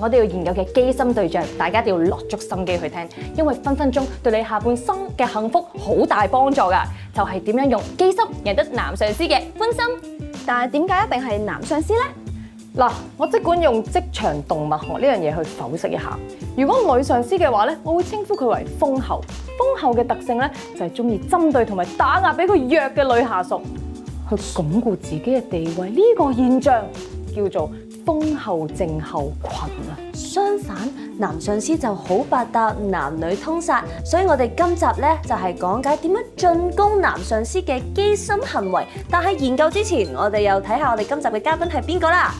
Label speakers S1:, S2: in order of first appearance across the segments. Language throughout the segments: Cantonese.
S1: 我哋要研究嘅機心對象，大家一定要落足心機去聽，因為分分鐘對你下半生嘅幸福好大幫助㗎。就係點樣用機心贏得男上司嘅歡心。
S2: 但係點解一定係男上司呢？
S3: 嗱，我即管用職場動物學呢樣嘢去剖析一下。如果女上司嘅話咧，我會稱呼佢為蜂后。蜂后嘅特性咧，就係中意針對同埋打壓比佢弱嘅女下屬，去鞏固自己嘅地位。呢個現象叫做蜂后症候群啊！
S2: 相反，男上司就好百搭，男女通殺，所以我哋今集呢，就係講解點樣進攻男上司嘅機心行為。但喺研究之前，我哋又睇下我哋今集嘅嘉賓係邊個啦。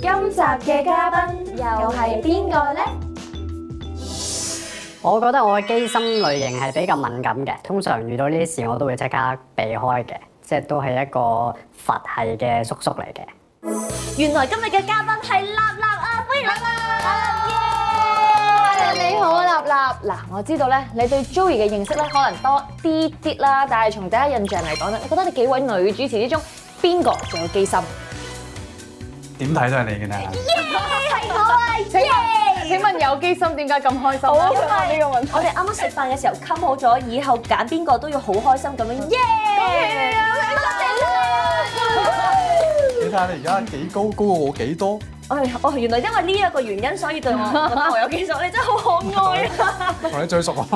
S2: 今集嘅嘉賓又係邊個呢？
S4: 我覺得我嘅機心類型係比較敏感嘅，通常遇到呢啲事我都會即刻避開嘅，即係都係一個佛系嘅叔叔嚟嘅。
S2: 原來今日嘅嘉賓係立立啊，歡迎立
S1: 大
S2: 立。
S1: 家你好，立立。嗱，我知道咧，你對 Joey 嘅認識咧可能多啲啲啦，但係從第一印象嚟講咧，你覺得你幾位女主持之中邊個最有機心？
S5: 點睇都係 你嘅咧。
S2: 係我啊！
S3: 請問請問有機心點解咁開心啊？因為呢個問題。
S2: 我哋啱啱食飯嘅時候冚好咗，以後揀邊個都要好開心咁樣，耶！
S5: 你睇下你而家幾高，高過我幾多？
S2: 哎哦，原來因為呢一個原因，所以對我覺得我有幾熟，你真係好可愛啊！
S5: 同你 最熟啊！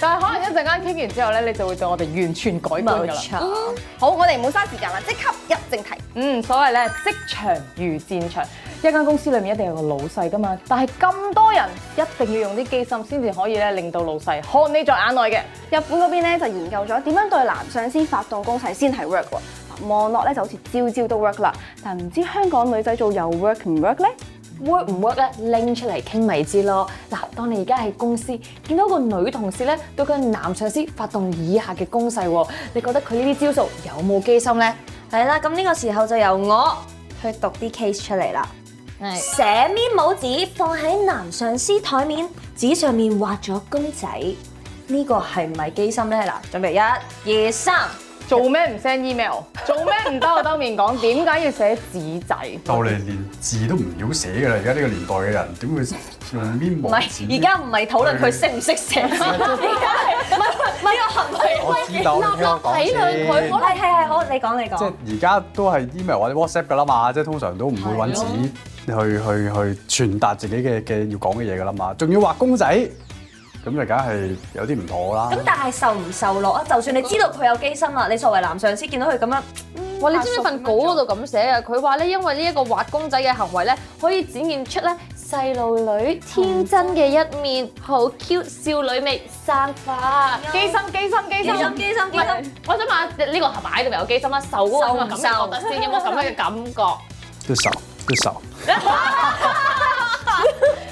S3: 但係可能一陣間傾完之後咧，你就會對我哋完全改觀㗎啦。
S6: 好，我哋唔好嘥時間啦，即刻入正題。
S3: 嗯，所謂咧職場如戰場，一間公司裏面一定有個老細噶嘛，但係咁多人一定要用啲機心先至可以咧令到老細看 你在眼內嘅。
S6: 日本嗰邊咧就研究咗點樣對男上司發動攻勢先係 work 喎。望落咧就好似朝朝都 work 啦，但唔知香港女仔做又 work 唔 work 咧？
S1: work 唔 work 咧，拎出嚟傾咪知咯。嗱，當你而家喺公司見到個女同事咧對佢男上司發動以下嘅攻勢喎，你覺得佢呢啲招數有冇機心咧？
S2: 係啦，咁呢個時候就由我去讀啲 case 出嚟啦。寫面帽子放喺男上司台面，紙上面畫咗公仔，呢個係咪機心呢？嗱，準備一、二、三。
S3: 做咩唔 send email？做咩唔兜口兜面講？點解要寫紙仔？
S5: 到你連字都唔要寫㗎啦！而家呢個年代嘅人點會用邊
S2: 唔
S5: 毛
S2: 係，而家唔係討論佢識唔識寫，而家係唔係唔係呢個行為？
S5: 我知道，你聽我講先。
S2: 係係係，好，你講你講。
S5: 即係而家都係 email 或者 WhatsApp 㗎啦嘛，即係通常都唔會揾紙去去去傳達自己嘅嘅要講嘅嘢㗎啦嘛，仲要畫公仔，咁就梗係有啲唔妥啦。
S2: 咁但係受唔受落啊？就算你知道佢有機心啦，你作為男上司見到佢咁樣，
S7: 哇！你知唔知份稿嗰度咁寫啊？佢話咧，因為呢一個畫公仔嘅行為咧，可以展現出咧細路女天真嘅一面，好 cute 少女味散發。
S3: 機心機心機
S2: 機
S3: 心！
S2: 心機心機心，
S7: 我想問下，呢個係擺到咪有機心啦？受嗰個感
S2: 受唔受
S7: 覺得先，有冇咁樣嘅感覺？
S5: 都愁，都愁。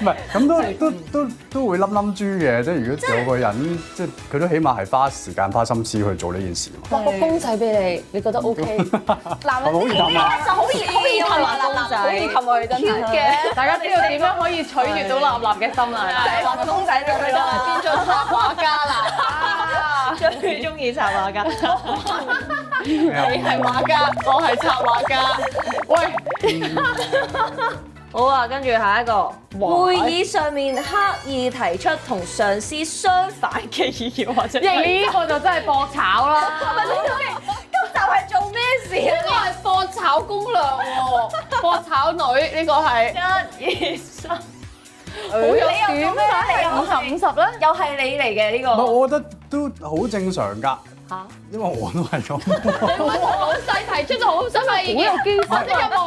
S5: 唔係，咁都都都都會冧冧豬嘅，即係如果有個人，即係佢都起碼係花時間、花心思去做呢件事嘛。
S1: 畫個公仔俾你，你覺得 OK？
S5: 係咪好易冧啊？
S2: 就好易好易氹啊！公仔，好易氹佢真係。
S3: 大家知道點樣可以取悅到立立嘅心啊啦？
S2: 畫啊公仔俾佢啦，變
S3: 啊
S2: 咗插畫家啦，最中意插畫家。
S5: 你啊係畫家，
S2: 好啊，跟住下一個會議上面刻意提出同上司相反嘅意見或者
S3: 呢個就真係搏炒啦！
S2: 就係做咩事啊？
S7: 呢個係貨炒攻略喎，貨炒女呢個係。
S2: 一、二、三，
S3: 好有點
S2: 你
S3: 五十五十啦！
S2: 又係你嚟嘅呢
S5: 唔係，
S2: 個。
S5: 我覺得都好正常㗎。因為我都係咁。
S7: 你唔係同老細提出好想嘅意見，我即刻望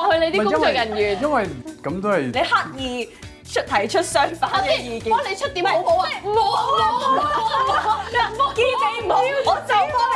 S7: 去你啲工作人員。
S5: 因為咁都係
S2: 你刻意出提出相反嘅意見，
S7: 幫你出點好好啊！唔好唔好
S2: 記記唔好，我就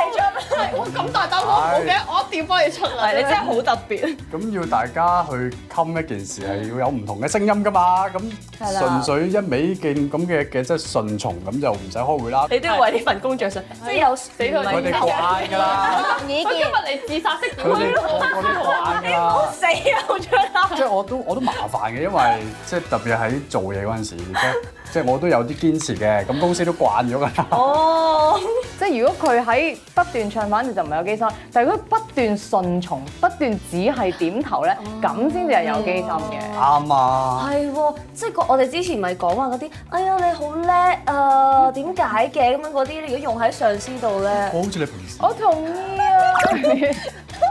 S2: 幫你出。
S7: 我咁大膽我冇嘅，我一定要幫你出啦！
S2: 係你真係好特別。
S5: 咁要大家去冚一件事係要有唔同嘅聲音㗎嘛。咁純粹一味勁咁嘅嘅即係順從咁就唔使開會啦。
S2: 你都要為呢份工着想，即係有死到
S5: 佢哋慣㗎啦。
S7: 意見，今日你自殺 式
S5: 佢哋我哋慣㗎啦。
S2: 死又出啦！
S5: 即係我都我都麻煩嘅，因為即係特別喺做嘢嗰陣時，即係即係我都有啲堅持嘅，咁公司都慣咗㗎啦。
S2: 哦，
S3: 即係如果佢喺不斷唱反調就唔係有機心，但係如果不斷順從、不斷只係點頭咧，咁先至係有機心嘅。
S5: 啱啊！
S2: 係喎，即係個我哋之前咪講話嗰啲，哎呀你好叻啊，點解嘅咁樣嗰啲，如果用喺上司度 咧，
S5: 我好似你平時
S3: 我同意啊！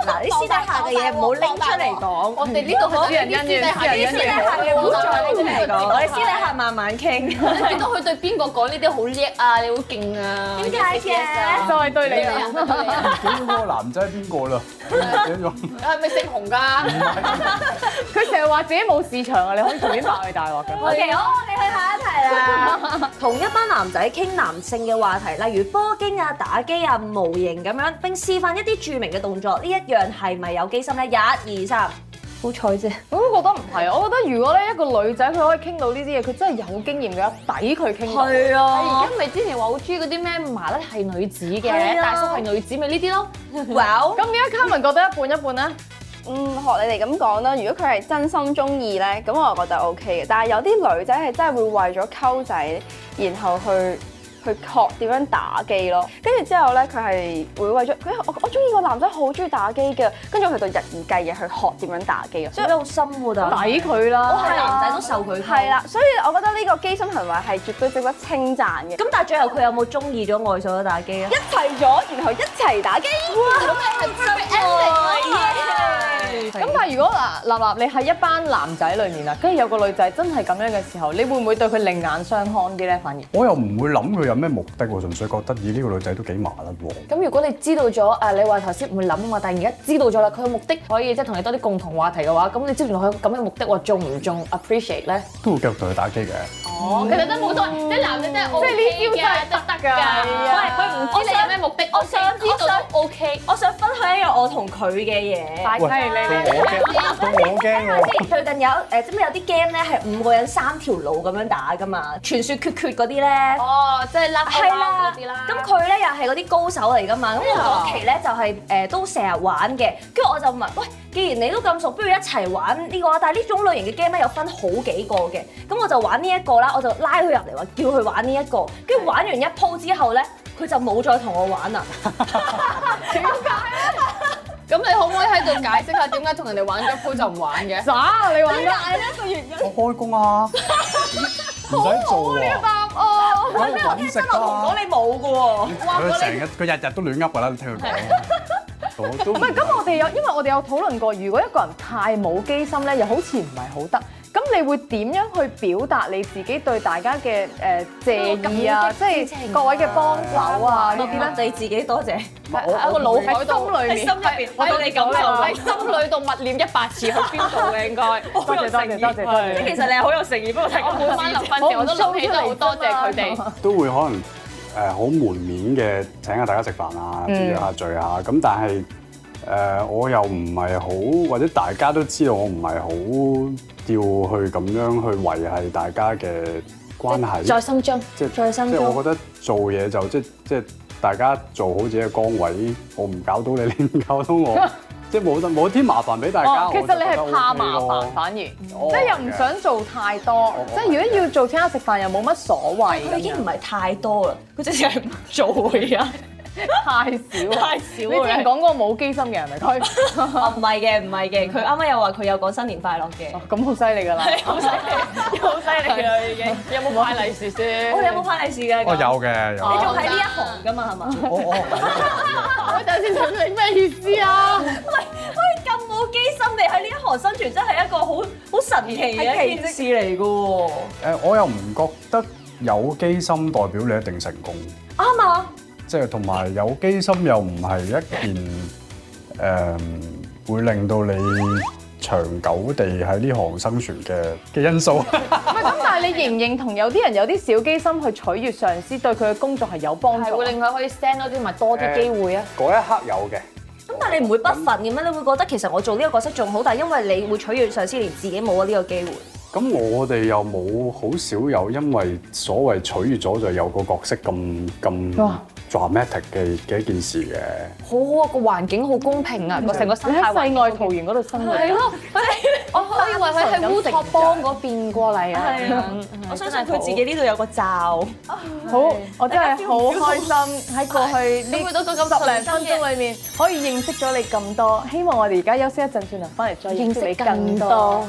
S2: 嗱啲私底下嘅嘢唔好拎出嚟講，
S7: 我哋呢度係
S3: 私人恩怨私人
S2: 私
S3: 恩
S2: 底
S3: 怨
S2: 下嘅唔好再拎出嚟講，我哋私底下慢慢傾。
S7: 你見到佢對邊個講呢啲好叻啊，你好勁啊，
S2: 點解嘅
S3: 就係對你啊啦。
S5: 嗰個男仔係邊個啦？
S7: 係咪姓紅㗎？
S3: 佢成日話自己冇市場啊，你可以隨便爆佢大鑊㗎。
S2: ？OK，好，我哋去下一題啦。 同一班男仔傾男性嘅話題，例如波經啊、打機啊、模型咁樣，並示範一啲著名嘅動作，呢一樣係咪有機心咧？一、二、三，好彩啫。
S3: 我都覺得唔係啊！我覺得如果咧一個女仔佢可以傾到呢啲嘢，佢真係有經驗嘅，抵佢傾到。
S2: 係
S7: 而
S2: 啊，
S3: 哦
S7: 家咪之前話好中意嗰啲咩麻甩係女子嘅，
S2: 係啊
S7: 大叔係女子咪呢啲咯。
S2: 哇！
S3: 咁點解 Carmen 覺得一半一半咧？
S6: 嗯，學你哋咁講啦，如果佢係真心中意咧，咁我覺得 O K 嘅。但係有啲女仔係真係會為咗溝仔，然後去去學點樣打機咯。跟住之後咧，佢係會為咗佢我我中意個男仔好中意打機嘅，跟住佢就日以繼夜去學點樣打機咯。所以
S2: 真係好深喎，但係
S3: 抵佢
S2: 我
S3: 啦！
S2: 係男仔都受佢溝
S6: 係。啦，所以我覺得呢個機心行為係絕對值得稱讚嘅。
S2: 咁但係最後佢有冇中意咗愛上咗打機啊
S6: 一？齊咗，然後一齊打機。
S3: 咁但係如果嗱立立你喺一班男仔裏面啊，跟住有個女仔真係咁樣嘅時候，你會唔會對佢另眼相看啲咧？反而
S5: 我又唔會諗佢有咩目的喎，純粹覺得咦呢個女仔都幾麻甩喎。
S1: 咁如果你知道咗啊，你話頭先唔會諗啊嘛，但係而家知道咗啦，佢嘅目的可以即係同你多啲共同話題嘅話，咁你接住落去咁嘅目的，我中唔中 appreciate 咧？
S5: 都會繼續同佢打機嘅。
S7: 哦，其實都冇所謂，即係男仔真係 O K 嘅，得得㗎。喂，佢唔知你有咩目的，我想知道都 O K。
S2: 我想分享一樣我同佢嘅嘢。
S5: 喂，到我驚，到我驚喎。
S2: 最近有誒，即係有啲 game 咧係五個人三條路咁樣打噶嘛，傳說決決嗰啲咧。
S7: 哦，即係甩
S2: 係
S7: 啦
S2: 啦
S7: 嗰啲啦，。
S2: 咁佢咧又係嗰啲高手嚟噶嘛，咁我嗰期咧就係、誒、都成日玩嘅，跟住我就問，喂，既然你都咁熟，不如一齊玩呢、個啊！但係呢種類型嘅 game 咧有分好幾個嘅，咁我就玩呢一個啦，我就拉佢入嚟話叫佢玩呢、一個，跟住玩完一鋪之後咧，佢就冇再同我玩啦。
S7: 咁你可唔可以喺度解釋下點解同人哋玩咗鋪就唔玩嘅？
S3: 渣啊！你玩得
S5: 我開工啊，唔使做喎。我揾食啊！
S2: 你冇嘅喎。
S5: 佢成日佢日日都亂噏㗎啦，你聽佢講。我都唔
S3: 唔係，咁我哋有，因為我哋有討論過，如果一個人太冇機心咧，又好似唔係好得。咁你會點樣去表達你自己對大家嘅誒謝意啊？即係各位嘅幫手啊呢啲咧？
S2: 你自己多謝，
S7: 喺個腦海度，
S3: 喺心裏
S7: 邊，
S3: 面
S7: 我哋咁喺心裏度默念一百次，去邊度嘅應該。
S3: 多謝多謝多謝多謝。
S2: 其實你係好有誠意，不過
S7: 我每晚臨瞓前我都諗起都好多謝佢哋。
S5: 都會可能誒好門面嘅請下大家食飯啊，
S3: 嗯
S5: 約下聚下咁，但係誒、呃我又唔係好，或者大家都知道我唔係好要去咁樣去維係大家嘅關係，
S1: 心中，
S5: 即係
S2: 在心
S5: 即係
S2: 中
S5: 我覺得做嘢就即即係大家做好自己嘅崗位，我唔搞到你，你唔搞到 我，即係冇得冇添麻煩俾大家。
S3: 哦，其
S5: 我就
S3: 實你
S5: 覺
S3: 係
S5: 得
S3: 怕
S5: OK
S3: 麻
S5: 咯
S3: 煩，反而即
S5: 我
S3: 係又唔想做太多
S5: 我，
S3: 即係如果要做請客食飯又冇乜所謂
S2: 佢已經
S3: 咁
S2: 唔係太多啦，佢直情係唔做嘅 啊！
S3: 樣，太少太少。你之前講過冇機心嘅人咪佢，
S2: 啊唔係嘅，唔係嘅，佢啱啱又話佢有講新年快樂嘅，
S3: 哦咁好犀利㗎啦。啊
S2: 好犀利，好犀利啦已經。
S7: 有冇派利是先？
S2: 我哋有冇派利是㗎？
S5: 我哦有嘅
S2: 你
S5: 有，
S2: 仲喺呢一行㗎嘛？係嘛？
S5: 我我
S7: 我就先想明咩意思啊？
S2: 喂，咁冇機心地喺呢一行生存，真係一個好好神奇嘅一件事嚟㗎喎。
S5: 誒，我又唔覺得有機心代表你一定成功，
S2: 啱啊！
S5: 即係同埋有機心又唔係一件誒、會令到你長久地喺呢行生存嘅嘅因 素。
S3: 唔係咁，但係你認唔認同有啲人有啲小機心去取悦上司，對佢嘅工作係有幫
S7: 係
S3: 助
S7: 會？令佢可以 stand 多啲，咪多啲機會啊！
S5: 嗰一刻有嘅，
S2: 咁但係你唔會不忿嘅咩？你會覺得其實我做呢個角色仲好，但係因為你會取悦上司，連自己冇咗呢個機會。
S5: 咁我哋又冇好少有因為所謂取悦咗就有個角色咁咁
S3: 哇
S5: dramatic 嘅嘅一件事嘅。
S8: 好好啊，個環境好公平啊，個成個生
S3: 你喺
S8: 態環
S3: 世外桃源嗰度生活。
S8: 係咯，佢係我我以為佢係烏托邦嗰邊過嚟
S7: à.
S8: 啊。
S2: 係啊我相信佢自己呢度有個罩，
S3: 好，我真係好開心喺過去呢
S7: 到咁
S3: 十零分鐘裏面可以認識咗你咁多，希望我哋而家休息一陣，轉頭翻嚟再認識你更多。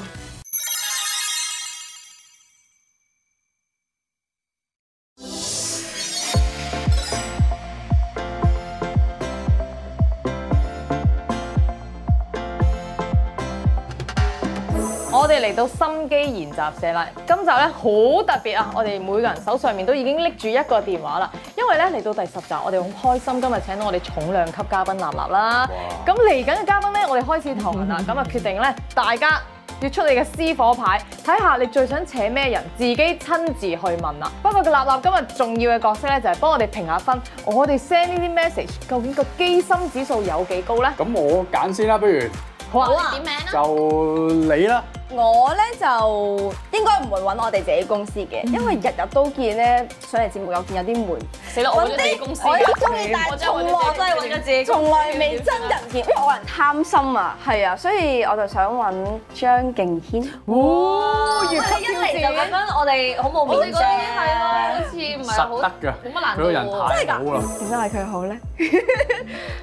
S3: 我哋嚟到心機研習社啦，今集咧好特別啊！我哋每個人手上面都已經拎住一個電話啦，因為咧嚟到第十集，我哋好開心今日請到我哋重量級嘉賓立立啦。咁嚟緊嘅嘉賓咧，我哋開始頭痕啦，咁啊決定咧，大家要出你嘅私火牌，睇下你最想請咩人，自己親自去問啦。不過個立立今日重要嘅角色咧，就係幫我哋評下分，我哋 send 呢啲 message 究竟個機心指數有幾高咧？
S5: 咁我揀先啦，不如
S3: 好啊。
S7: 點名啦？
S5: 就你啦。
S6: 我咧就應該唔會揾我哋自己公司嘅，
S2: 嗯
S6: 因為日日都見咧，上嚟節目有見有啲悶。
S7: 死啦！我揾咗你公司
S6: 我
S7: 㗎，
S6: 都中意，但係從來
S2: 真係揾咗自己
S6: 從來未真人見，因為我人貪心啊，係啊，所以我就想揾張敬軒。
S3: 哦，越級
S2: 一
S3: 挑
S2: 嚟就
S3: 戰
S2: 咁。樣，我哋好冇
S7: 我哋
S2: 面
S7: 嗰啲係
S2: 啫。
S7: 啊，好似唔係好
S5: 實得㗎
S7: 冇乜難
S5: 佢
S7: 度
S5: 個人
S7: 喎。
S5: 太好啦，
S6: 點解係佢好咧？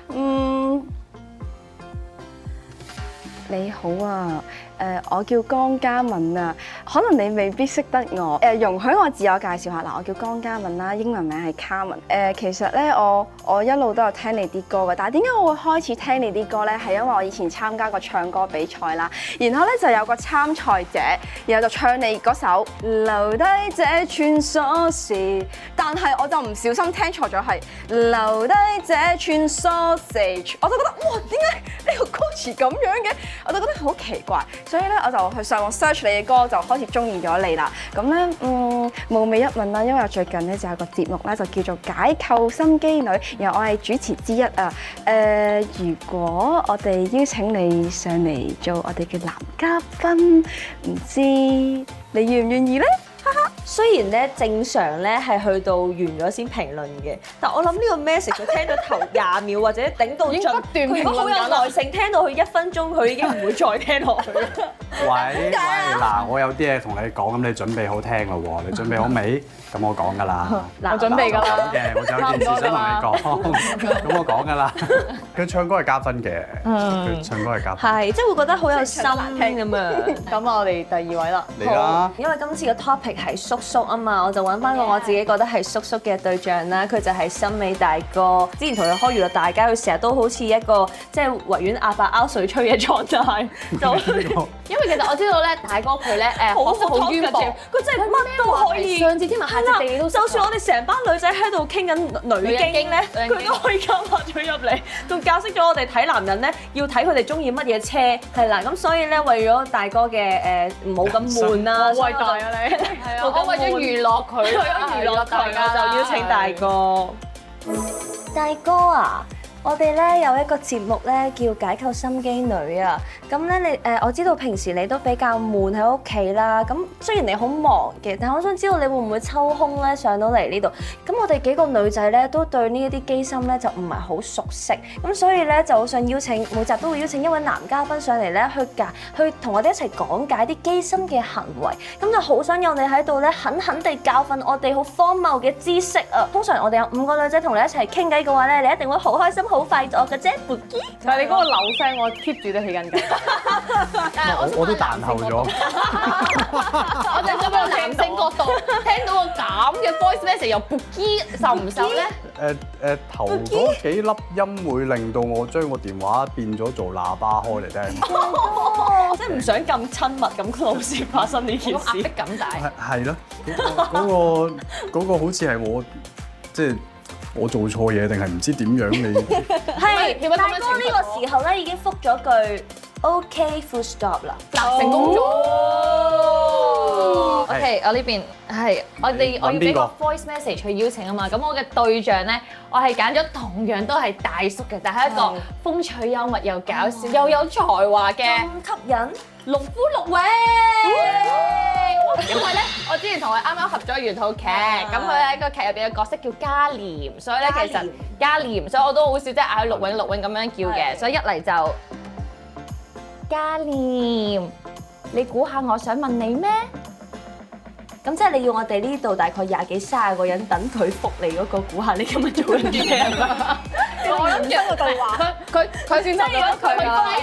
S6: 嗯，你好啊，誒、我叫江嘉敏啊，可能你未必識得我，誒、容許我自我介紹下嗱，我叫江嘉敏啦，英文名係 Carmen，誒、其實咧我我一路都有聽你啲歌嘅，但係點解我會開始聽你啲歌咧？係因為我以前參加過唱歌比賽啦，然後咧就有個參賽者，然後就唱你嗰首《留低這串鎖匙》，但係我就唔小心聽錯咗係《留低這串 sausage》，我就覺得哇，點解呢個歌詞咁樣嘅？我就覺得好奇怪，所以咧我就去上網 search 你嘅歌，就開始中意咗你啦。咁咧，嗯，冒昧一問啦，因為我最近咧就有個節目咧就叫做《解構心機女》，然後我係主持之一啊。誒、如果我哋邀請你上嚟做我哋嘅男嘉賓，唔知你願唔願意咧？
S2: 雖然咧正常咧係去到完咗先評論嘅，但我諗呢個 message 佢聽到 頭廿秒或者頂到
S3: 已經不
S2: 盡，
S3: 斷
S2: 佢如果好有耐性聽到佢一分鐘，佢已經唔會再聽落去啦。
S5: 喂 喂，嗱，我有啲嘢同你講，咁你準備好聽啦喎，你準備 好未？咁我講㗎啦。
S2: 嗱
S3: 我準備㗎啦
S5: 好嘅，我有件事想同你講， 咁我講㗎啦。佢唱歌係加分嘅，佢唱歌係加分。
S2: 係，即係會覺得 好有心咁樣。
S3: 咁啊我哋第二 位啦，
S5: 你啦，
S2: 因為今次嘅 topic 係叔叔啊嘛，我就揾翻個我自己覺得係叔叔嘅對象啦。佢就係森美大哥。之前同佢開娛樂大家，佢成日都好似一個即係維園阿伯拗水吹嘅狀態， 就
S7: 因為其實我知道咧，大哥佢咧誒
S2: 好
S7: 學識好淵博，
S2: 佢真係乜都可以。
S7: 上至天文下至地理都識啊
S2: 就算我哋成班女仔喺度傾緊女經咧，
S7: 女經
S2: 佢都可以加埋咗入嚟，仲教識咗我哋睇男人咧，要睇佢哋中意乜嘢車，係啦。咁所以咧，為咗大哥嘅誒唔好咁 悶啦，所以我就
S3: 啊你！
S7: 係啊我為咗娛樂佢，啊 為
S2: 娛樂佢，我就邀請大哥。大哥啊！我哋咧有一個節目咧叫解構心機女啊，咁咧你誒我知道平時你都比較悶喺屋企啦，咁雖然你好忙嘅，但係我想知道你會唔會抽空咧上到嚟呢度？咁我哋幾個女仔咧都對呢一啲機心咧就唔係好熟悉，咁所以咧就好想邀請每集都會邀請一位男嘉賓上嚟咧去解去同我哋一齊講解啲機心嘅行為，咁就好想有你喺度咧狠狠地教訓我哋好荒謬嘅知識啊！通常我哋有五個女仔同你一齊傾偈嘅話咧，你一定會好開心好快樂嘅啫，勃基。
S3: 就係你嗰個扭聲，我 keep 住都起緊緊。
S7: 啊
S5: 我我都彈後 咗。
S7: 我就想問男性 角度聽到個咁嘅 voice message 又 b o 受唔受咧？
S5: 誒誒頭嗰幾粒音會令到我將個電話變咗做喇叭開嚟聽，
S2: 即係唔想咁親密咁 close 發生呢件
S7: 壓迫
S2: 事。
S7: 感大。
S5: 係係咯，嗰個嗰個嗰個好似係我即係我做錯嘢定係唔知點樣你
S7: 係你咪咁
S2: 大
S7: 樣
S2: 哥呢
S7: 情況
S2: 個時候咧已經覆咗句 OK full stop 啦。
S7: 嗱，成功咗。OK，我呢邊係我哋
S5: 你
S7: 我要
S5: 揾
S7: 俾
S5: 邊個
S7: 個 voice message 去邀請啊嘛，咁我嘅對象咧，我係揀咗同樣都係哦大叔嘅，但係一個風趣幽默又搞笑又有才華嘅
S2: 咁吸引，
S7: 農夫陸永。因為咧，我之前同佢啱啱合咗完套劇，咁佢喺個劇入邊嘅角色叫嘉廉，所以咧其實嘉廉，所以我都好少即係嗌佢陸永陸永咁樣叫嘅，所以一嚟就嘉廉，你估下我想問你咩？
S2: 咁即係你要我哋呢度大概廿幾卅個人等佢覆你嗰個，估下你今日做緊啲 咩啦？
S7: 我諗住對話，佢佢算真咗佢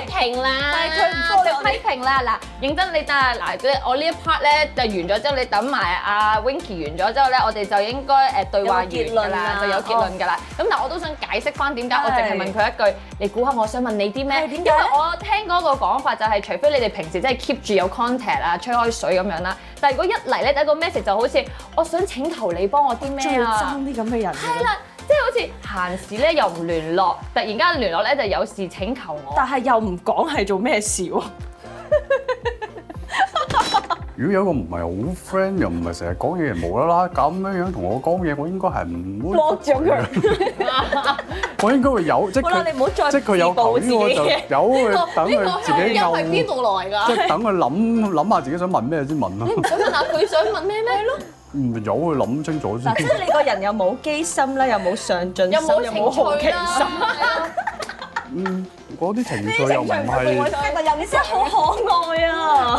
S7: 批評啦，但係佢唔佢批評啦。嗱，認真你但係嗱，我呢一 part 咧就完咗之後，你等埋阿 Winky 完咗之後咧，我哋就應該誒對話完㗎啦，就有結論啊哦㗎啦。咁但係我都想解釋翻點解我淨係問佢一句，你估下我想問你啲咩？因為我聽嗰個講法就係，除非你哋平時真係 keep 住有 contact 啊，吹開水咁樣啦。但係如果一嚟咧，第一個 message 就好似我想請求你幫我啲咩啊？
S2: 啲咁嘅人。
S7: 係啦，即係好似閒時咧又唔聯絡，突然間聯絡咧就有事請求我。
S2: 但係又唔講係做咩事喎？
S5: 如果有一個唔係好 friend 又唔係成日講嘢，無啦啦咁樣樣同我講嘢，我應該係唔會
S2: block 咗佢。
S5: 我應該會有，即係
S2: 好啦，你唔好
S5: 佢
S2: 再
S5: 即係佢有
S2: 自暴
S5: 求
S2: 自
S5: 於
S2: 己
S5: 我就
S2: 嘅。
S5: 有佢等佢自己
S7: 因為邊
S5: 拗，
S7: 度來㗎？
S5: 即係等佢諗諗下自己想問咩先問咯。
S7: 想問下佢想問咩咩？咯，
S5: 唔有佢諗清楚先
S2: 嗱，。即係你個人又冇機心啦，又冇上進心，
S7: 有冇
S2: 又冇好奇
S7: 情趣
S2: 心
S7: 啦。？
S5: 嗯，嗰啲情緒又唔係。
S2: 你真係好可愛啊！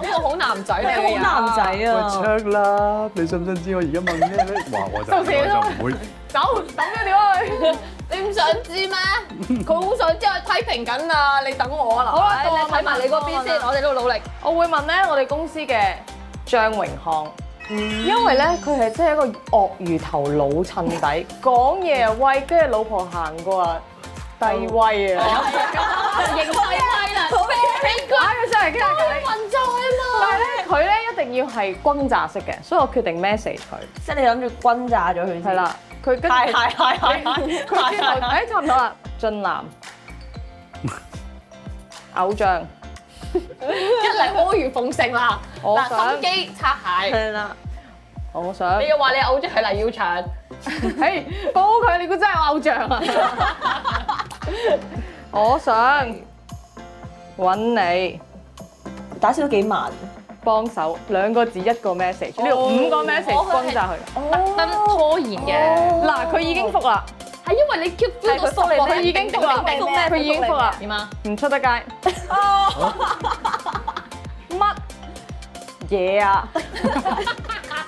S7: 咁我好男仔嚟
S2: 好
S7: 㗎。
S2: 男仔
S5: 喂
S2: 啊！
S5: check 啦！你想唔想知我而家問咩咧？哇！我 就
S7: 就死啦
S5: 我就唔會。
S7: 走，等佢點去？你唔想知咩？佢好想知，我批評緊
S3: à,
S7: 啊！你等我啦。好
S3: 啦到我
S7: 你睇埋你嗰邊先，我哋都努力。
S3: 我會問咧，我哋公司嘅張榮康，
S7: 嗯
S3: 因為咧佢係真係一個鱷魚頭老 襯底，講嘢啊威，跟住老婆行過啊低威啊，
S7: 哦認低威啦， 好俾
S3: 啊佢真係跟住
S7: 佢運作啊
S3: 但係咧佢咧一定要係轟炸式嘅，所以我決定 message 佢，
S2: 即係你諗住轟炸咗
S7: 嗯
S2: 佢
S3: 係
S2: 先。，
S3: 啦，佢跟住
S2: 係係係係係
S3: 佢之後
S2: 係係。
S3: 誒哎差唔多啦，俊男，偶像，
S7: 嘛！ 一嚟阿諛奉承啦，
S3: 我
S7: 嗱
S3: 想
S7: 心機擦鞋，
S2: 係啦，
S3: 我想
S7: 你，要話你偶像係黎耀祥。
S3: 嘿，報佢，你估真係我偶像啊？我想揾你
S2: 打消幾萬。
S3: 幫手，兩個字一個 message，呢度五個 message 轟炸佢。
S7: 特登拖延嘅，
S3: 嗱，佢已經覆啦，
S7: 係因為你 keep
S3: 係
S7: feel 到
S3: 佢覆
S7: 熟
S3: 你，佢已經覆啦，佢已經覆啦，
S7: 點啊？
S3: 唔出得街。乜嘢啊？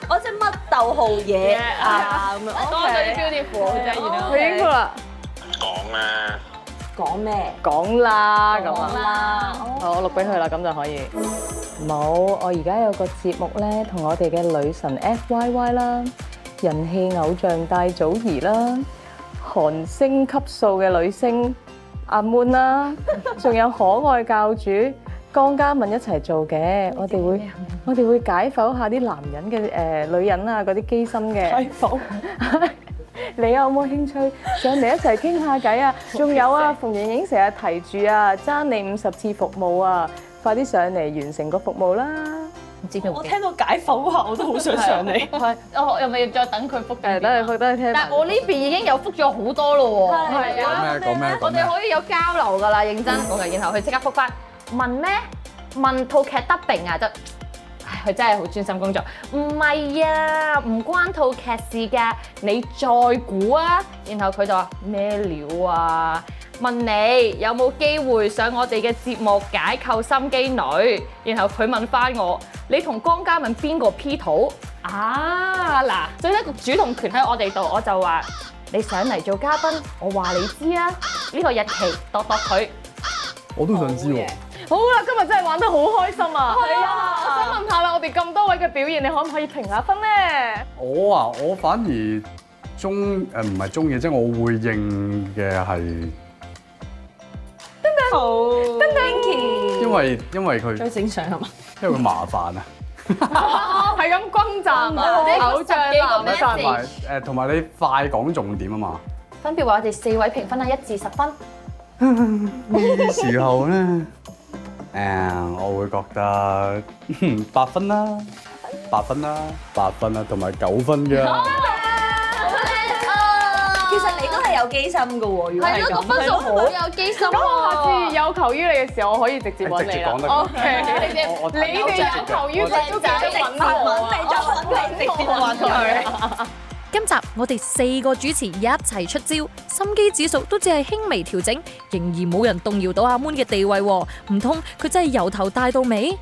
S2: 我即係乜逗號嘢啊咁樣。
S7: 多咗啲 beautiful 啫，原來。
S3: 佢已
S2: 啊
S3: 經覆啦，
S9: 講啦。
S2: 講咩？
S3: 講啦咁啊。
S2: 啦。
S3: 好，我錄俾佢啦，咁就可以。冇，我而家有個節目咧，同我哋嘅女神 F Y Y 啦，人氣偶像戴祖兒啦，韓星級數嘅女星阿 Moon 啦，仲有可愛教主江嘉敏一齊做嘅。我哋會我哋會解剖下啲男人嘅誒、呃女人啊嗰啲機心嘅。解剖。你有冇興趣上嚟一齊傾下偈啊？仲有啊，馮盈盈成日提住啊，爭你五十次服務啊，快啲上嚟完成個服務啦！
S2: 我聽到解剖啊下我都好想上嚟。
S7: 我又咪要再等佢覆
S3: 誒，
S7: 嘅？
S3: 等你等你聽。
S7: 但係我呢邊已經有覆咗好多咯喎，係
S5: 講
S7: 啊，
S5: 咩講咩
S7: 我
S5: 講咩
S7: 哋？可以有交流噶啦，認真。OK，然後佢即刻覆翻問咩？問套劇得定啊？得。唉佢真係好專心工作，唔係啊，唔關套劇事㗎，你再估啊！然後佢就話咩料啊？問你有冇機會上我哋嘅節目解構心機女？然後佢問翻我，你同江嘉敏邊個 P 圖啊？嗱，最得個主動權喺我哋度，我就話你上嚟做嘉賓，我話你知啊，呢、個日期度度佢。
S5: 我都想知喎。
S3: 好啦，今日真係玩得好開心啊！係啊，我想問下啦，我哋咁多位嘅表現，你可唔可以評下分咧？
S5: 我啊，我反而中誒唔係中意，即係我會認嘅係，
S2: 好，Winky
S5: 因為因為佢
S2: 正常係嘛？
S5: 因為佢麻煩啊，
S3: 係咁轟炸啊！
S7: 即係
S3: 偶像男
S7: 十幾個
S3: 神
S7: message
S5: 同埋誒同埋你快講重點啊嘛。
S7: 分別為我哋四位評分啦，一至十分。
S5: 呢啲時候咧，誒我會覺得嗯八分啦，八分啦，
S3: 哦
S5: 八分啦，同埋九分嘅。
S2: 其實你都係有有機心嘅喎，如果
S7: 係啊
S2: 係
S7: 咯，個
S2: 咁，
S7: 分數好有機心
S3: 咁我下
S7: 喎
S3: 次。有求於你嘅時候，我可以直接揾
S5: 直
S3: 你
S5: 接
S3: 啦
S5: 講。得
S3: O
S5: 㗎
S3: K，
S5: 我我
S3: 你哋有求於佢都記得揾我。啊
S2: 揾你，直接揾佢。
S9: 今集我哋四個主持一齊出招，心機指數都只係輕微調整，仍然冇人動搖到阿 Moon 嘅地位喎。唔通佢真係由頭帶到尾？